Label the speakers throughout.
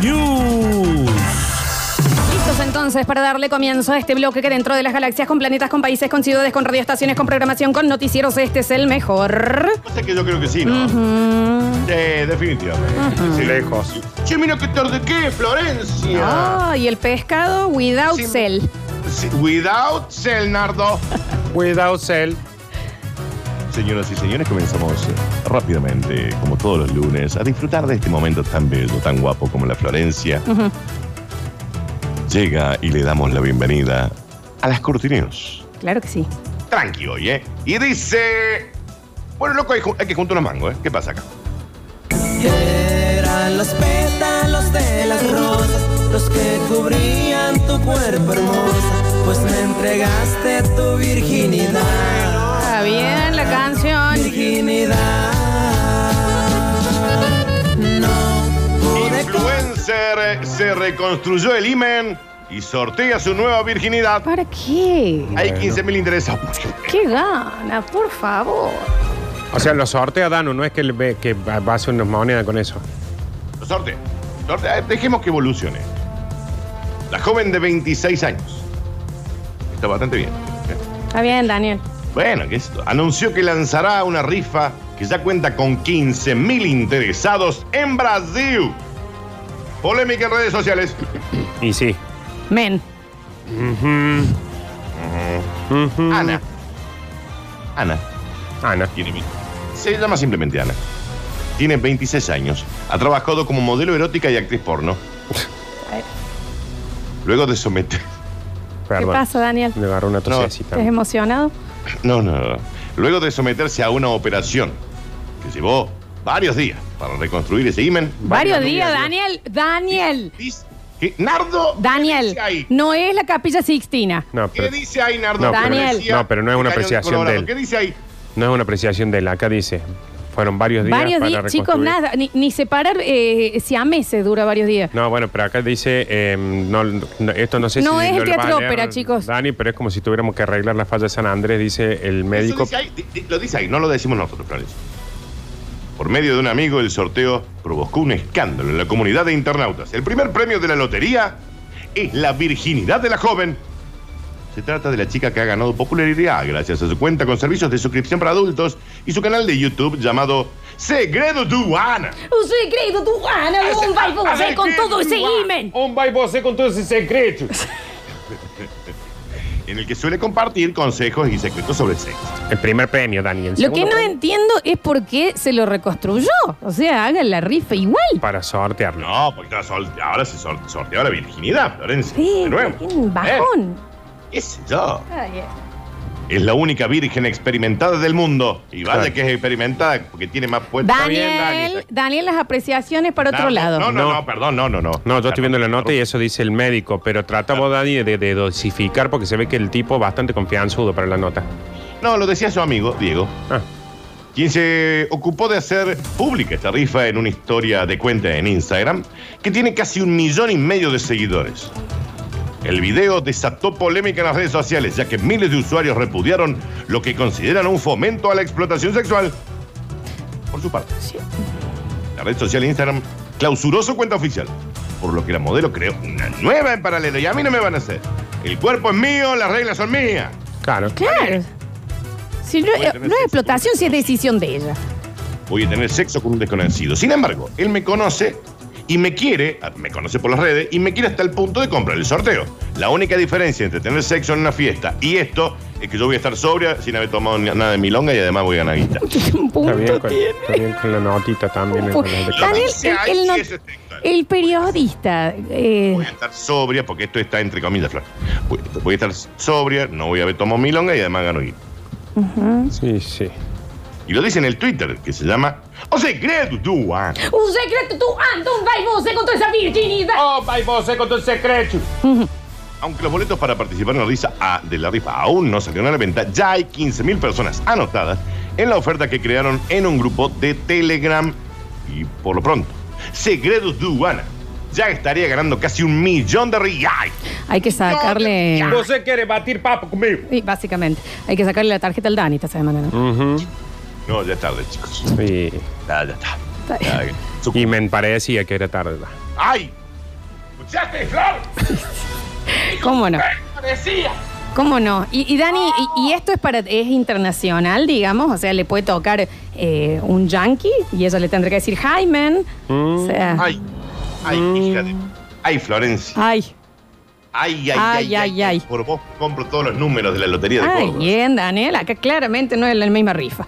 Speaker 1: News.
Speaker 2: Listos entonces para darle comienzo a este bloque que dentro de las galaxias, con planetas, con países, con ciudades, con radioestaciones, con programación, con noticieros, este es el mejor.
Speaker 3: Pasa que yo creo que sí, ¿no? Eh, definitivamente. Sí.
Speaker 4: Lejos.
Speaker 3: Che, mira que tarde que, Florencia.
Speaker 2: Ah, y el pescado without
Speaker 3: Sí.
Speaker 2: cell.
Speaker 3: Sí, Without Celnardo.
Speaker 4: Without cell.
Speaker 3: Señoras y señores, comenzamos rápidamente, como todos los lunes, a disfrutar de este momento tan bello, tan guapo como la Florencia. Llega y le damos la bienvenida a las cortineos.
Speaker 2: Claro que sí.
Speaker 3: Tranqui hoy, ¿eh? Y dice... Bueno, loco, hay, ju- hay que juntar unos mangos, ¿eh? ¿Qué pasa acá?
Speaker 5: Eran los pétalos de las rosas los que cubrían tu cuerpo hermosa, pues me entregaste tu virginidad.
Speaker 2: Está bien la canción.
Speaker 5: Virginidad. No pude con-
Speaker 3: Influencer eh, se reconstruyó el imen y sortea su nueva virginidad.
Speaker 2: ¿Para qué?
Speaker 3: Hay 15.000 interesados.
Speaker 2: ¿Qué gana? Por favor.
Speaker 4: O sea, lo sortea Danu, no es que, le ve, que va va a hacer unas monedas con eso.
Speaker 3: Sorte. Sorte. Eh, Dejemos que evolucione. La joven de 26 años. Está bastante bien. ¿eh?
Speaker 2: Está bien, Daniel.
Speaker 3: Bueno, ¿qué es esto? Anunció que lanzará una rifa que ya cuenta con 15.000 interesados en Brasil. Polémica en redes sociales.
Speaker 4: Y sí.
Speaker 2: Men.
Speaker 3: Ana. Ana.
Speaker 4: Ana.
Speaker 3: Tiene mi- Se llama simplemente Ana. Tiene 26 años. Ha trabajado como modelo erótica y actriz porno. Luego de someter.
Speaker 2: ¿Qué
Speaker 4: Perdón.
Speaker 2: pasa, Daniel?
Speaker 4: Me agarró una tosecita.
Speaker 2: ¿Estás emocionado?
Speaker 3: No, no, no. Luego de someterse a una operación que llevó varios días para reconstruir ese imen.
Speaker 2: Varios
Speaker 4: Varios
Speaker 2: días,
Speaker 4: días,
Speaker 2: Daniel. Daniel.
Speaker 3: dice- ¿Qué? Nardo. ¿Qué
Speaker 2: Daniel.
Speaker 3: dice ahí?
Speaker 2: No es la capilla Sixtina.
Speaker 4: No,
Speaker 3: ¿Qué
Speaker 4: pero
Speaker 3: dice ahí, Nardo?
Speaker 4: No,
Speaker 3: ¿Qué
Speaker 2: pero-
Speaker 3: decía
Speaker 4: no, pero no es una
Speaker 3: el cañón
Speaker 4: apreciación
Speaker 3: colorado?
Speaker 4: de él.
Speaker 3: ¿Qué dice ahí?
Speaker 4: no es una apreciación de él. Acá dice. Fueron varios días.
Speaker 2: Varios
Speaker 4: para
Speaker 2: días, chicos,
Speaker 4: reconstruir.
Speaker 2: nada, ni, ni separar eh, si a meses dura varios días.
Speaker 4: No, bueno, pero acá dice, eh, no, no, esto no sé si...
Speaker 2: No es el
Speaker 4: lo va
Speaker 2: teatro
Speaker 4: a leer
Speaker 2: ópera, chicos.
Speaker 4: Dani, pero es como si tuviéramos que arreglar la falla de San Andrés, dice el
Speaker 3: Eso
Speaker 4: médico.
Speaker 3: dice ahí, di- di- lo dice ahí, no lo decimos nosotros, Florencia. Por medio de un amigo, el sorteo provocó un escándalo en la comunidad de internautas. El primer premio de la lotería es la virginidad de la joven. Se trata de la chica que ha ganado popularidad gracias a su cuenta con servicios de suscripción para adultos y su canal de YouTube llamado Segredo Duana.
Speaker 2: Un secreto, tu Ana, un va y vos, eh, con todo ese imen.
Speaker 4: Un va y vos, eh, con todo ese secreto.
Speaker 3: En el que suele compartir consejos y secretos sobre sexo.
Speaker 4: El primer premio, Dani. El
Speaker 2: Lo que
Speaker 4: segundo
Speaker 2: no
Speaker 4: premio
Speaker 2: entiendo es por qué se lo reconstruyó. O sea, hagan la rifa igual.
Speaker 4: Para sortearlo.
Speaker 3: No, porque ahora sol- ahora se sol- sorteó la virginidad, Florencia.
Speaker 2: Sí,
Speaker 3: de nuevo.
Speaker 2: qué bajón.
Speaker 3: Eh, ¿Qué sé yo?
Speaker 2: Está bien.
Speaker 3: Es la única virgen experimentada del mundo. Y vaya
Speaker 4: Claro.
Speaker 3: que es experimentada porque tiene más puestos.
Speaker 4: Pues bien,
Speaker 2: Daniel,
Speaker 4: Dani.
Speaker 2: Daniel, las apreciaciones para otro
Speaker 3: No,
Speaker 2: lado.
Speaker 3: No, no, no,
Speaker 4: No.
Speaker 3: perdón, no, no, no.
Speaker 4: No, yo estoy viendo la nota y eso dice el médico, pero trata vos, Dani, de, de dosificar porque se ve que el tipo bastante confianzudo para la nota.
Speaker 3: No, lo decía su amigo, Diego,
Speaker 4: Ah,
Speaker 3: quien se ocupó de hacer pública esta rifa en una historia de cuenta en Instagram, que tiene casi un millón y medio de seguidores. El video desató polémica en las redes sociales, ya que miles de usuarios repudiaron lo que consideran un fomento a la explotación sexual. Por su parte. La red social Instagram clausuró su cuenta oficial, por lo que la modelo creó una nueva en paralelo. Y a mí no me van a hacer. El cuerpo es mío, las reglas son mías.
Speaker 4: claro.
Speaker 2: Claro. Si no,
Speaker 3: Puede
Speaker 2: eh,
Speaker 3: tener
Speaker 2: no es
Speaker 3: sexo.
Speaker 2: explotación, si es decisión de ella.
Speaker 3: Voy a tener sexo con un desconocido. Sin embargo, él me conoce y me quiere, ah, me conoce por las redes, y me quiere hasta el punto de comprar el sorteo. La única diferencia entre tener sexo en una fiesta y esto es que yo voy a estar sobria sin haber tomado ni- nada de milonga y además voy a ganar guita.
Speaker 2: Un
Speaker 4: Está
Speaker 2: punto
Speaker 4: bien, con,
Speaker 2: tiene.
Speaker 4: está bien con la notita también.
Speaker 2: Pu-
Speaker 4: con la de-
Speaker 2: Daniel,
Speaker 3: Sí,
Speaker 2: el,
Speaker 3: ahí
Speaker 2: el
Speaker 3: sí
Speaker 2: no-
Speaker 3: es textual.
Speaker 2: el periodista. eh,
Speaker 3: Voy a estar sobria, porque esto está entre comillas, Flor. Voy, voy a estar sobria, no voy a haber tomado milonga y además gano guita.
Speaker 4: Sí, sí.
Speaker 3: Y lo dice en el Twitter, que se llama O Secreto Duan.
Speaker 2: Un secreto, tú anda, un va y vos, eh, con toda esa virginidad.
Speaker 4: Oh, va y vos, eh, con todo el secreto.
Speaker 3: Aunque los boletos para participar en la rifa, ah, de la rifa aún no salieron a la venta, ya hay 15.000 personas anotadas en la oferta que crearon en un grupo de Telegram y por lo pronto, Segredos de Urbana ya estaría ganando casi un millón de reais.
Speaker 2: Hay que sacarle.
Speaker 4: José quiere batir papo conmigo.
Speaker 2: Sí, básicamente. Hay que sacarle la tarjeta al Dani esta semana, ¿no?
Speaker 3: No, ya es tarde, chicos.
Speaker 4: Sí.
Speaker 3: Ya, ya está.
Speaker 2: Está bien.
Speaker 3: Ya, su-
Speaker 4: Y me parecía que era tarde. ¿verdad?
Speaker 3: ¡Ay! ¿Escuchaste, Flor?
Speaker 2: ¿Cómo no?
Speaker 3: Parecía.
Speaker 2: ¿Cómo no? Y, y Dani, y, y esto es para es internacional, digamos? O sea, le puede tocar eh, un yankee y eso le tendrá que decir hi, man. O sea, ay,
Speaker 3: Mm. ¡Ay! ¡Ay, hija de. ¡Ay, Florencia!
Speaker 2: ay,
Speaker 3: ¡Ay, ay, ay!
Speaker 2: Ay, ay, ay.
Speaker 3: Por vos compro todos los números de la lotería de Córdoba.
Speaker 2: bien, Daniel. Acá claramente no es la misma rifa.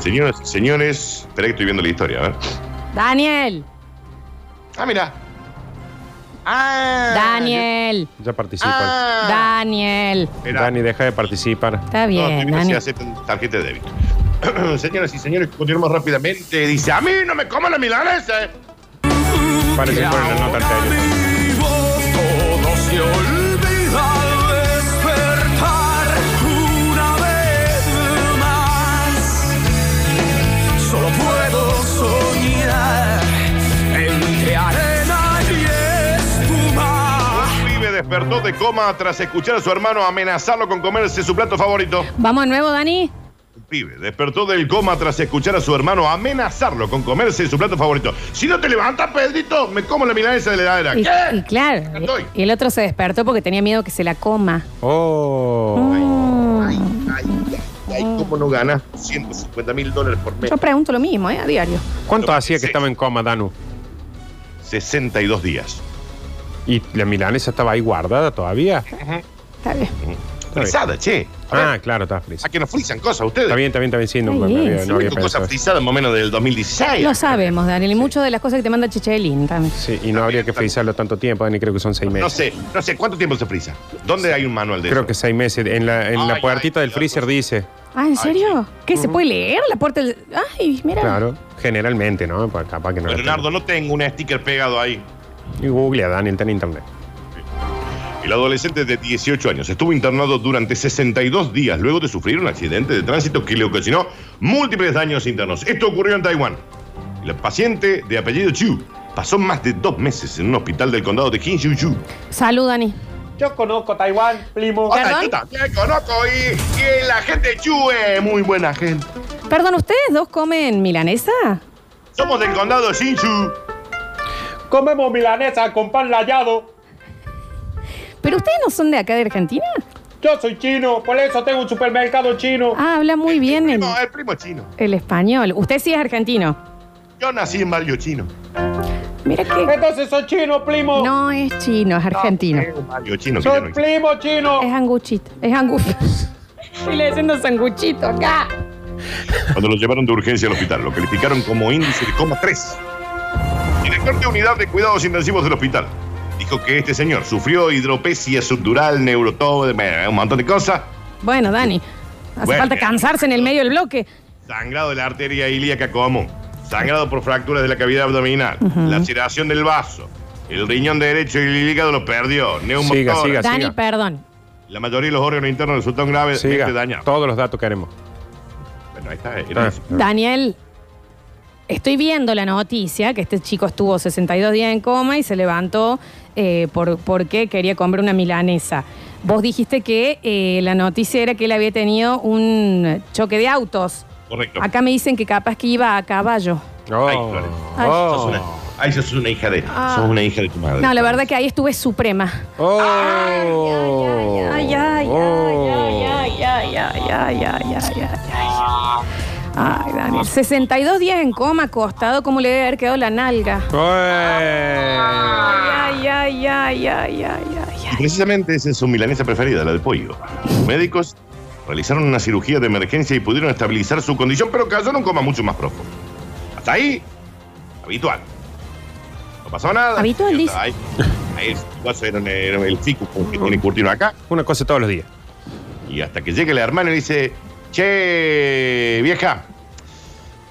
Speaker 3: Señoras y señores, espera que estoy viendo la historia, ¿eh? a ver.
Speaker 2: Daniel,
Speaker 3: Ah, mira. Ah.
Speaker 2: Daniel,
Speaker 4: Ya participa.
Speaker 3: Ah.
Speaker 2: Daniel.
Speaker 3: Mira.
Speaker 4: Dani, deja de participar.
Speaker 2: Está
Speaker 3: No,
Speaker 2: bien,
Speaker 3: no, si
Speaker 2: Daniel.
Speaker 3: aceptan tarjeta de débito. Señoras y señores, continuamos rápidamente. Dice, a mí no me coman la milanesa. eh".
Speaker 4: Parece que fueron la nota anterior.
Speaker 1: Amigos, todo se olvida al despertar una vez más. Solo puedo soñar entre arena y espuma.
Speaker 3: Un pibe despertó de coma tras escuchar a su hermano amenazarlo con comerse su plato favorito.
Speaker 2: Vamos de nuevo, Dani.
Speaker 3: Un pibe despertó del coma tras escuchar a su hermano amenazarlo con comerse su plato favorito. Si no te levantas, Pedrito, me como la milanesa de la heladera.
Speaker 2: Y,
Speaker 3: ¿Qué?
Speaker 2: y claro,
Speaker 3: Estoy.
Speaker 2: y el otro se despertó porque tenía miedo que se la coma. Mm.
Speaker 4: Oh.
Speaker 3: Ay, ay, ay, ay, ¿cómo no ganas 150 mil dólares por mes?
Speaker 2: Yo pregunto lo mismo, ¿eh? A diario.
Speaker 4: ¿Cuánto
Speaker 3: Lo-
Speaker 4: hacía
Speaker 3: sí.
Speaker 4: que estaba en coma, Danu?
Speaker 3: 62 días.
Speaker 4: ¿Y la milanesa estaba ahí guardada todavía?
Speaker 2: Está bien.
Speaker 3: Frisada, che. A ver,
Speaker 4: Ah, claro, estaba frisada.
Speaker 3: a que nos frisan cosas ustedes.
Speaker 4: Está bien, está bien, está bien. Sí, no,
Speaker 2: Está
Speaker 4: no
Speaker 2: bien,
Speaker 4: había,
Speaker 2: sí.
Speaker 4: no había
Speaker 3: Tengo cosas
Speaker 4: pensado.
Speaker 3: frisadas más o menos del 2016.
Speaker 2: Lo sabemos, Daniel. Y muchas de las cosas que te manda Chichelín también.
Speaker 4: Sí, y no habría que frizarlo tanto tiempo, Dani, creo que son seis meses.
Speaker 3: No sé, no sé, ¿cuánto tiempo se frisa? ¿Dónde hay un manual de
Speaker 4: Creo
Speaker 3: eso?
Speaker 4: que seis meses. En la, en la
Speaker 3: Ay,
Speaker 4: puertita
Speaker 3: ay,
Speaker 4: del
Speaker 3: ay,
Speaker 4: freezer
Speaker 3: ay.
Speaker 4: dice.
Speaker 2: Ah, ¿en serio? ¿Qué? ¿Se puede leer la puerta del.? Ay, mira.
Speaker 4: Claro, generalmente, ¿no? Pues capaz que no. la
Speaker 3: Leonardo, no tengo un sticker pegado ahí.
Speaker 4: tenga. Y Google a Dani, está en internet.
Speaker 3: El adolescente de 18 años estuvo internado durante 62 días luego de sufrir un accidente de tránsito que le ocasionó múltiples daños internos. Esto ocurrió en Taiwán. El paciente de apellido Chu pasó más de dos meses en un hospital del condado de Kinshu.
Speaker 2: Salud, Dani.
Speaker 4: Yo conozco Taiwán, primo.
Speaker 2: ¿Perdón?
Speaker 3: yo también conozco y, y la gente de Chu es muy buena gente.
Speaker 2: Perdón, ¿ustedes dos comen milanesa?
Speaker 3: Somos del condado de Hsinchu.
Speaker 4: Comemos milanesa con pan rallado.
Speaker 2: ¿Pero ustedes no son de acá de Argentina?
Speaker 4: Yo soy chino, por eso tengo un supermercado chino.
Speaker 2: Ah, habla muy bien el,
Speaker 3: No, eh. el primo es chino.
Speaker 2: el español. Usted sí es argentino.
Speaker 3: Yo nací en barrio chino.
Speaker 2: Mira
Speaker 3: Ah,
Speaker 2: que.
Speaker 4: Entonces soy chino, primo.
Speaker 2: No es chino, es argentino.
Speaker 3: Eh, Barrio chino. que ya no existe.
Speaker 4: primo chino.
Speaker 2: Es anguchito. Es anguchito. Estoy le diciendo sanguchito acá.
Speaker 3: Cuando lo llevaron de urgencia al hospital, lo calificaron como índice de coma 3. Director de unidad de cuidados intensivos del hospital dijo que este señor sufrió hidropesia subdural, neurotoma, un montón de cosas,
Speaker 2: Bueno, Dani. Hace
Speaker 3: Bueno.
Speaker 2: falta cansarse en el medio del bloque.
Speaker 3: sangrado de la arteria ilíaca común, sangrado por fracturas de la cavidad abdominal, laceración del vaso, el riñón derecho y el hígado lo perdió, neumotórax.
Speaker 4: siga.
Speaker 2: Dani, perdón.
Speaker 3: La mayoría de los órganos internos resultaron graves
Speaker 4: Siga,
Speaker 3: de daño.
Speaker 4: todos los datos queremos.
Speaker 3: Bueno, ahí está. era
Speaker 4: Ah.
Speaker 3: eso.
Speaker 2: Daniel, estoy viendo la noticia que este chico estuvo 62 días en coma y se levantó eh, por, porque quería comer una milanesa. Vos dijiste que eh, la noticia era que él había tenido un choque de autos.
Speaker 3: Correcto.
Speaker 2: Acá me dicen que capaz que iba a caballo.
Speaker 4: Oh,
Speaker 3: Ay, Flores.
Speaker 2: Ay.
Speaker 3: Sos
Speaker 4: oh,
Speaker 3: una, ay, sos una hija de.
Speaker 2: Ah.
Speaker 3: Sos una hija de tu madre.
Speaker 2: No, la verdad que ahí estuve suprema.
Speaker 4: oh.
Speaker 2: Ay, ay, ay,
Speaker 4: Oh.
Speaker 2: ay, ay, ay, ay, ay, ay, ay, ay, ay. Ay, Daniel. 62 días en coma acostado, ¿cómo le debe haber quedado la nalga?
Speaker 4: Oh. Ué.
Speaker 2: Ay, ay, ay, ay, ay, ay,
Speaker 3: Y
Speaker 2: ay.
Speaker 3: Precisamente esa es su milanesa preferida, la de pollo. Los médicos realizaron una cirugía de emergencia y pudieron estabilizar su condición, pero cayó en un coma mucho más profundo. Hasta ahí, habitual. No pasó nada.
Speaker 2: Habitual,
Speaker 3: Y
Speaker 2: dice.
Speaker 3: hasta Ahí, ahí el vaso era, era el fico que tiene Curtino acá.
Speaker 4: Una cosa todos los días.
Speaker 3: Y hasta que llega la hermana y le dice, che, vieja,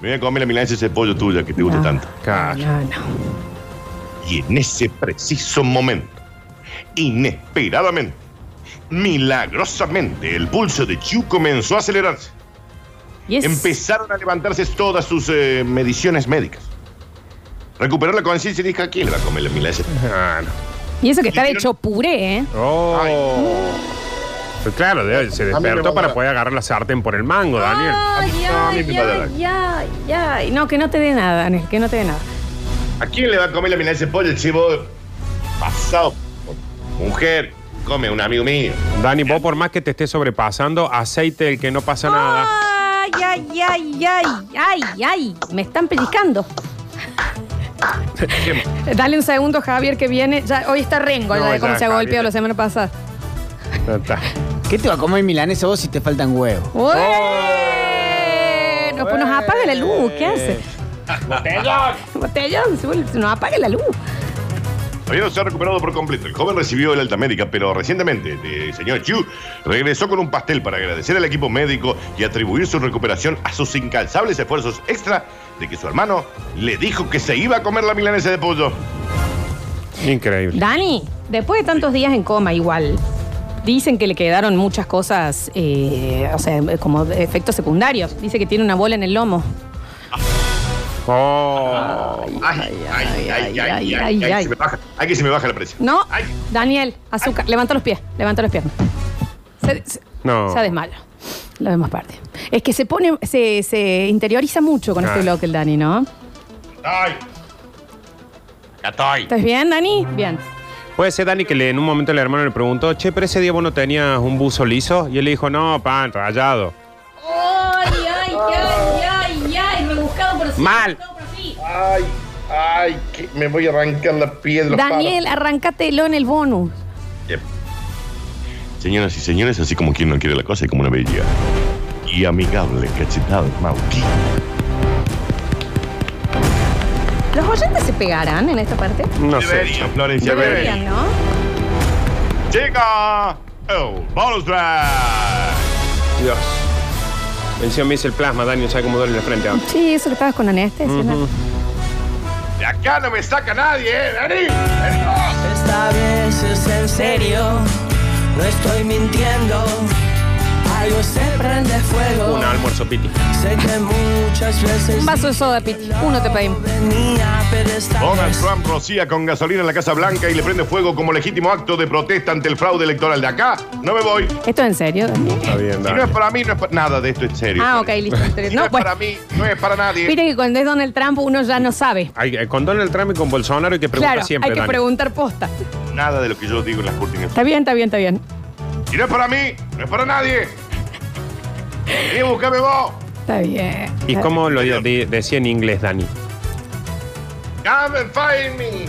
Speaker 3: me voy a comer la milanesa y ese pollo tuya que te gusta
Speaker 2: Ah, No.
Speaker 3: tanto.
Speaker 4: Cacho.
Speaker 2: No, no.
Speaker 3: Y en ese preciso momento, Inesperadamente, milagrosamente, el pulso de Chu comenzó a acelerarse.
Speaker 2: Y es-
Speaker 3: Empezaron a levantarse todas sus eh, mediciones médicas. Recuperó la conciencia y dijo, ¿a quién le va a comer la milanesa?
Speaker 4: Ah, no.
Speaker 2: Y eso que está
Speaker 3: Y
Speaker 2: hecho puré, ¿eh?
Speaker 4: Oh. Pues claro, de- se
Speaker 3: A mí me va a
Speaker 4: despertó para
Speaker 3: dar.
Speaker 4: poder agarrar la sartén por el mango, Daniel.
Speaker 2: Ay,
Speaker 3: A mí me
Speaker 2: ay,
Speaker 3: va a dar
Speaker 2: ay, ay, ay. No, que no te dé nada, Daniel, que no te dé nada.
Speaker 3: ¿A quién le va a comer la milanesa de pollo, chivo? Pasado. por Mujer, come un amigo mío.
Speaker 4: Dani, vos por más que te esté sobrepasando, aceite el que no pasa nada.
Speaker 2: Ay, ay, ay, ay, ay, ay. Me están pellizcando. Dale un segundo, Javier, que viene. Ya, hoy está Rengo,
Speaker 4: No,
Speaker 2: ya de cómo
Speaker 4: ya,
Speaker 2: se ha golpeado
Speaker 4: Javier.
Speaker 2: la semana pasada.
Speaker 4: Ya está.
Speaker 6: ¿Qué te va a comer milanesa vos si te faltan huevos?
Speaker 2: ¡Ué! No, pues nos apaga la luz, ¿qué hace? Botellón. Botellón, se nos apaga la luz.
Speaker 3: Todavía no se ha recuperado por completo. El joven recibió el alta médica, pero recientemente el señor Chu regresó con un pastel para agradecer al equipo médico y atribuir su recuperación a sus incansables esfuerzos extra de que su hermano le dijo que se iba a comer la milanesa de pollo.
Speaker 4: Increíble.
Speaker 2: Dani, después de tantos días en coma, igual. Dicen que le quedaron muchas cosas, eh, o sea, como efectos secundarios. Dice que tiene una bola en el lomo.
Speaker 4: Oh.
Speaker 3: Ay, ay,
Speaker 2: ay, ay, ay, ay.
Speaker 3: se me baja. Ay, que se me baja la presión.
Speaker 2: No,
Speaker 3: Ay.
Speaker 2: Daniel, azúcar, levanta los pies, levanta los pies. Se, se-
Speaker 4: No.
Speaker 2: se desmaya. La vemos parte. Es que se pone, se, se interioriza mucho con
Speaker 4: Ah.
Speaker 2: este bloque el Dani, ¿no?
Speaker 3: Ay. Ya estoy.
Speaker 2: ¿Estás bien, Dani? Bien.
Speaker 4: Puede ser, Dani, que le- en un momento el hermano le preguntó, che, pero ese día vos no tenías un buzo liso. Y él le dijo, no, pan, rayado.
Speaker 2: ¡Ay, ay,
Speaker 3: Ah.
Speaker 2: ay, ay, ay! Me buscaron por
Speaker 4: Mal.
Speaker 3: Ay, ay, que me voy a arrancar la piedra.
Speaker 2: Daniel, arrancatelo en el bonus.
Speaker 3: Yep. Señoras y señores, así como quien no quiere la cosa, y como una bella y amigable cachetada Mauti.
Speaker 2: ¿Los oyentes se pegarán en esta parte?
Speaker 4: No sé.
Speaker 3: Florencia,
Speaker 4: Debería.
Speaker 2: Deberían, ¿no?
Speaker 3: Llega el bonus track.
Speaker 4: Dios. Encima me hice el plasma, Dani, no sabe cómo duele la frente. ah." ahora.
Speaker 2: Sí, eso que estabas con anestesia. ¿no?
Speaker 3: De acá no me saca nadie, ¿eh? Vení.
Speaker 5: Esta vez es en serio, no estoy mintiendo. Algo se prende fuego.
Speaker 4: Un almuerzo, Piti.
Speaker 5: Sé que muchas veces.
Speaker 2: Un vaso de soda, Piti. Uno te pedimos.
Speaker 5: Venía, pero esta
Speaker 3: Donald
Speaker 5: vez
Speaker 3: Trump rocía con gasolina en la Casa Blanca y le prende fuego como legítimo acto de protesta ante el fraude electoral. De acá no me voy.
Speaker 2: ¿Esto es en serio, Daniel?
Speaker 4: Está bien,
Speaker 3: Si no es
Speaker 4: Dani.
Speaker 3: para mí, no es para nada de esto, en serio.
Speaker 2: Ah, ok, listo.
Speaker 3: Si no,
Speaker 2: No,
Speaker 3: es
Speaker 2: bueno,
Speaker 3: para mí, no es para nadie.
Speaker 2: mire que cuando es Donald Trump uno ya no sabe.
Speaker 4: Hay, eh, con Donald Trump y con Bolsonaro hay que preguntar
Speaker 2: Claro,
Speaker 4: siempre,
Speaker 2: hay que
Speaker 4: Dani.
Speaker 2: preguntar posta.
Speaker 3: Nada de lo que yo digo en las últimas.
Speaker 2: Está bien, está bien, está bien.
Speaker 3: Si no es para mí, no es para nadie. Vení, buscame vos.
Speaker 2: Está bien.
Speaker 4: ¿Y cómo lo de- de- decía en inglés, Dani?
Speaker 3: Come and find me.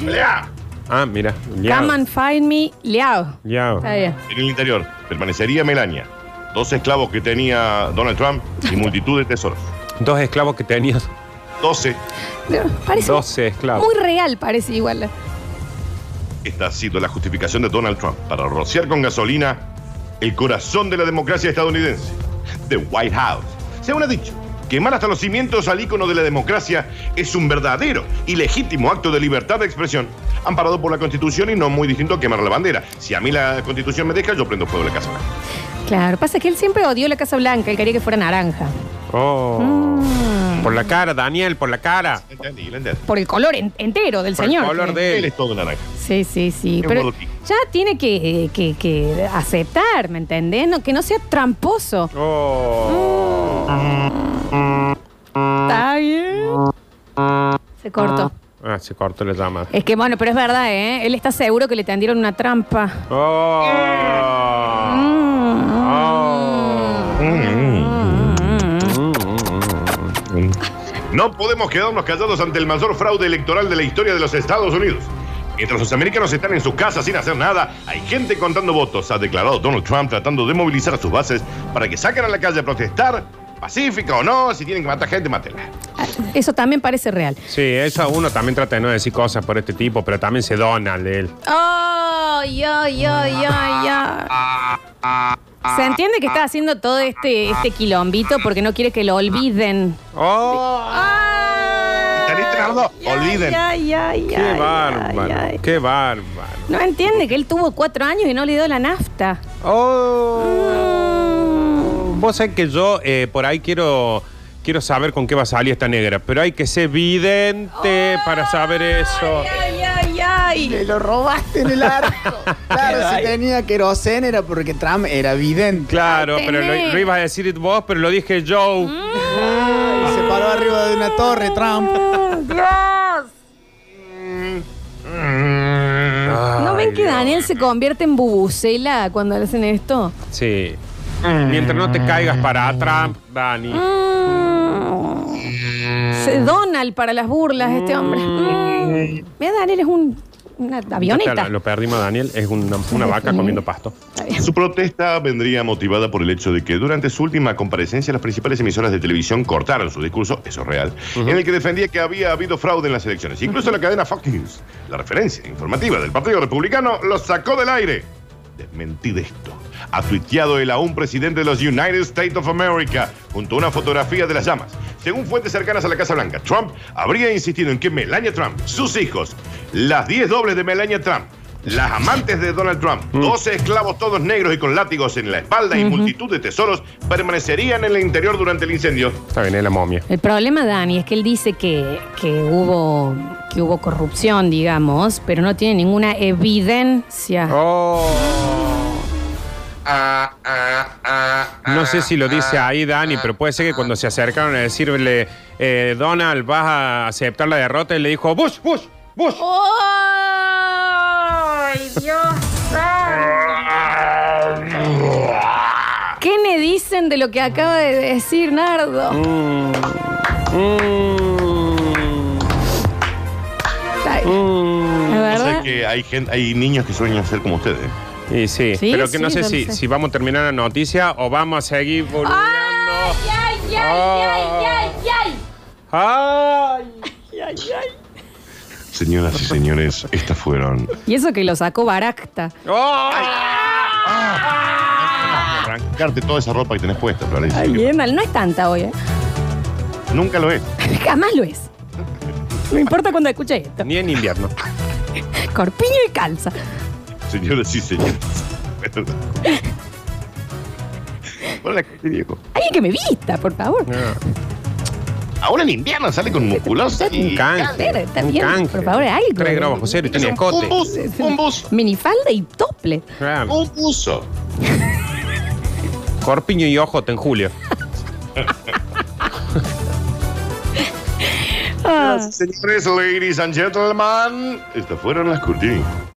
Speaker 3: Pelea.
Speaker 4: Ah, mira. Ya.
Speaker 2: Come and find me, liao.
Speaker 4: Ya.
Speaker 2: Está bien.
Speaker 3: En el interior permanecería Melania, dos esclavos que tenía Donald Trump y multitud de tesoros.
Speaker 4: Dos esclavos que tenías.
Speaker 3: 12.
Speaker 2: No, Parece
Speaker 4: 12 esclavos.
Speaker 2: muy real, parece igual.
Speaker 3: Esta ha sido la justificación de Donald Trump para rociar con gasolina el corazón de la democracia estadounidense, The White House. Según ha dicho, quemar hasta los cimientos al ícono de la democracia es un verdadero y legítimo acto de libertad de expresión, amparado por la Constitución y no muy distinto a quemar la bandera. Si a mí la Constitución me deja, yo prendo fuego a la casa. Blanca.
Speaker 2: Claro, pasa que él siempre odió la Casa Blanca, él quería que fuera naranja.
Speaker 4: Oh.
Speaker 2: Mm.
Speaker 4: Por la cara, Daniel, por la cara.
Speaker 3: Entendí, la entendí.
Speaker 2: Por el color en- entero del
Speaker 4: Por el
Speaker 2: señor.
Speaker 4: color
Speaker 3: Él
Speaker 4: de él.
Speaker 3: es todo naranja.
Speaker 2: Sí, sí, sí.
Speaker 3: Es
Speaker 2: Pero
Speaker 3: modo pico.
Speaker 2: ya tiene que, eh, que- que aceptar, ¿me entendés? No, que no sea tramposo.
Speaker 4: Oh.
Speaker 2: Está bien. Se cortó.
Speaker 4: Ah, se cortó la llamada.
Speaker 2: Es que bueno, pero es verdad, ¿eh? Él está seguro que le tendieron una trampa.
Speaker 4: Oh. Oh.
Speaker 3: No podemos quedarnos callados ante el mayor fraude electoral de la historia de los Estados Unidos. Mientras los americanos están en sus casas sin hacer nada, hay gente contando votos, ha declarado Donald Trump tratando de movilizar a sus bases para que saquen a la calle a protestar, pacífica o no, si tienen que matar gente, mátenla.
Speaker 2: Eso también parece real.
Speaker 4: Sí, eso uno también trata de no decir cosas por este tipo, pero también se dona de él.
Speaker 2: ¡Ay, ay, ay, ay, ay! Se entiende que está haciendo todo este, este quilombito porque no quiere que lo olviden.
Speaker 4: Oh.
Speaker 3: Están gordo, olviden.
Speaker 2: Ay, ay,
Speaker 4: Qué
Speaker 2: ay,
Speaker 4: bárbaro,
Speaker 2: ay, ay.
Speaker 4: qué bárbaro.
Speaker 2: No entiende que él tuvo cuatro años y no le dio la nafta.
Speaker 4: Oh, vos sabés que yo eh, por ahí quiero quiero saber con qué va a salir esta negra, pero hay que ser vidente para saber eso.
Speaker 2: Ay, ay, ay.
Speaker 6: Te lo robaste en el arco. Claro, si tenía querosén era porque Trump era vidente.
Speaker 4: Claro,
Speaker 2: Ay,
Speaker 4: pero
Speaker 2: tenés. Mm.
Speaker 4: lo, lo ibas a decir vos, pero lo dije yo.
Speaker 6: Ay, se paró arriba de una torre, Trump.
Speaker 2: ¿No ven que Daniel se convierte en bubucela cuando le hacen esto?
Speaker 4: Sí. Mientras no te caigas para atrás, Dani.
Speaker 2: Mm. Se Donald para las burlas este hombre. Mm. Mira, Daniel es un, una avioneta.
Speaker 4: Claro, Lo perdimos a Daniel, es una, una vaca comiendo pasto.
Speaker 2: Está bien.
Speaker 3: Su protesta vendría motivada por el hecho de que durante su última comparecencia las principales emisoras de televisión cortaron su discurso, eso es real, en el que defendía que había habido fraude en las elecciones. Incluso la cadena Fox News, la referencia informativa del Partido Republicano, lo sacó del aire. Desmentid esto. Ha tuiteado el aún presidente de los United States of America junto a una fotografía de las llamas. Según fuentes cercanas a la Casa Blanca, Trump habría insistido en que Melania Trump, sus hijos, las 10 dobles de Melania Trump, las amantes de Donald Trump,
Speaker 2: Mm.
Speaker 3: 12 esclavos todos negros y con látigos en la espalda y multitud de tesoros permanecerían en el interior durante el incendio.
Speaker 4: Está bien, es la momia.
Speaker 2: El problema, Dani, es que él dice que, que hubo, que hubo corrupción, digamos, pero no tiene ninguna evidencia.
Speaker 4: Oh. No sé si lo dice ahí Dani, pero puede ser que cuando se acercaron a decirle, eh, Donald, vas a aceptar la derrota, él le dijo, Bush, Bush, Bush.
Speaker 2: ¡Ay, Dios! ¿Qué me dicen de lo que acaba de decir Nardo?
Speaker 4: Mm,
Speaker 2: Oh.
Speaker 4: mm,
Speaker 2: Está bien.
Speaker 4: mm.
Speaker 2: La
Speaker 3: O
Speaker 2: verdad.
Speaker 3: sea que hay, gente, hay niños que sueñan ser como ustedes.
Speaker 4: Y sí,
Speaker 2: Sí,
Speaker 4: pero que no
Speaker 2: sí,
Speaker 4: sé
Speaker 2: yo lo
Speaker 4: si,
Speaker 2: sé.
Speaker 4: si vamos a terminar la noticia o vamos a seguir volviendo.
Speaker 2: ¡Ay, ay, ay, ay, ay, ay!
Speaker 3: Señoras y señores, estas fueron
Speaker 2: Y eso que lo sacó Baracta.
Speaker 3: arrancarte toda esa ropa que tenés puesta, Florencia.
Speaker 2: Ay, bien, mal. No es tanta hoy, ¿eh?
Speaker 3: Nunca lo es.
Speaker 2: Jamás lo es. No importa cuando escuche esto.
Speaker 4: Ni en invierno.
Speaker 2: Corpiño y calza.
Speaker 3: Señoras y señores. Perdón. Bueno, la calle, Diego.
Speaker 2: Alguien que me vista, por favor.
Speaker 4: Ah,
Speaker 3: Ahora en invierno sale con musculosa y...
Speaker 4: Un canje.
Speaker 2: Está
Speaker 4: un
Speaker 2: bien,
Speaker 4: canje.
Speaker 2: por favor, algo.
Speaker 4: Tres grados bajo cero y tiene
Speaker 3: Un
Speaker 4: escote.
Speaker 3: bus, un bus,
Speaker 2: Minifalda y tople.
Speaker 4: Claro.
Speaker 3: un buzo.
Speaker 4: Corpiño y ojote en julio.
Speaker 3: Señores, ladies and gentlemen, estas fueron las cortinas.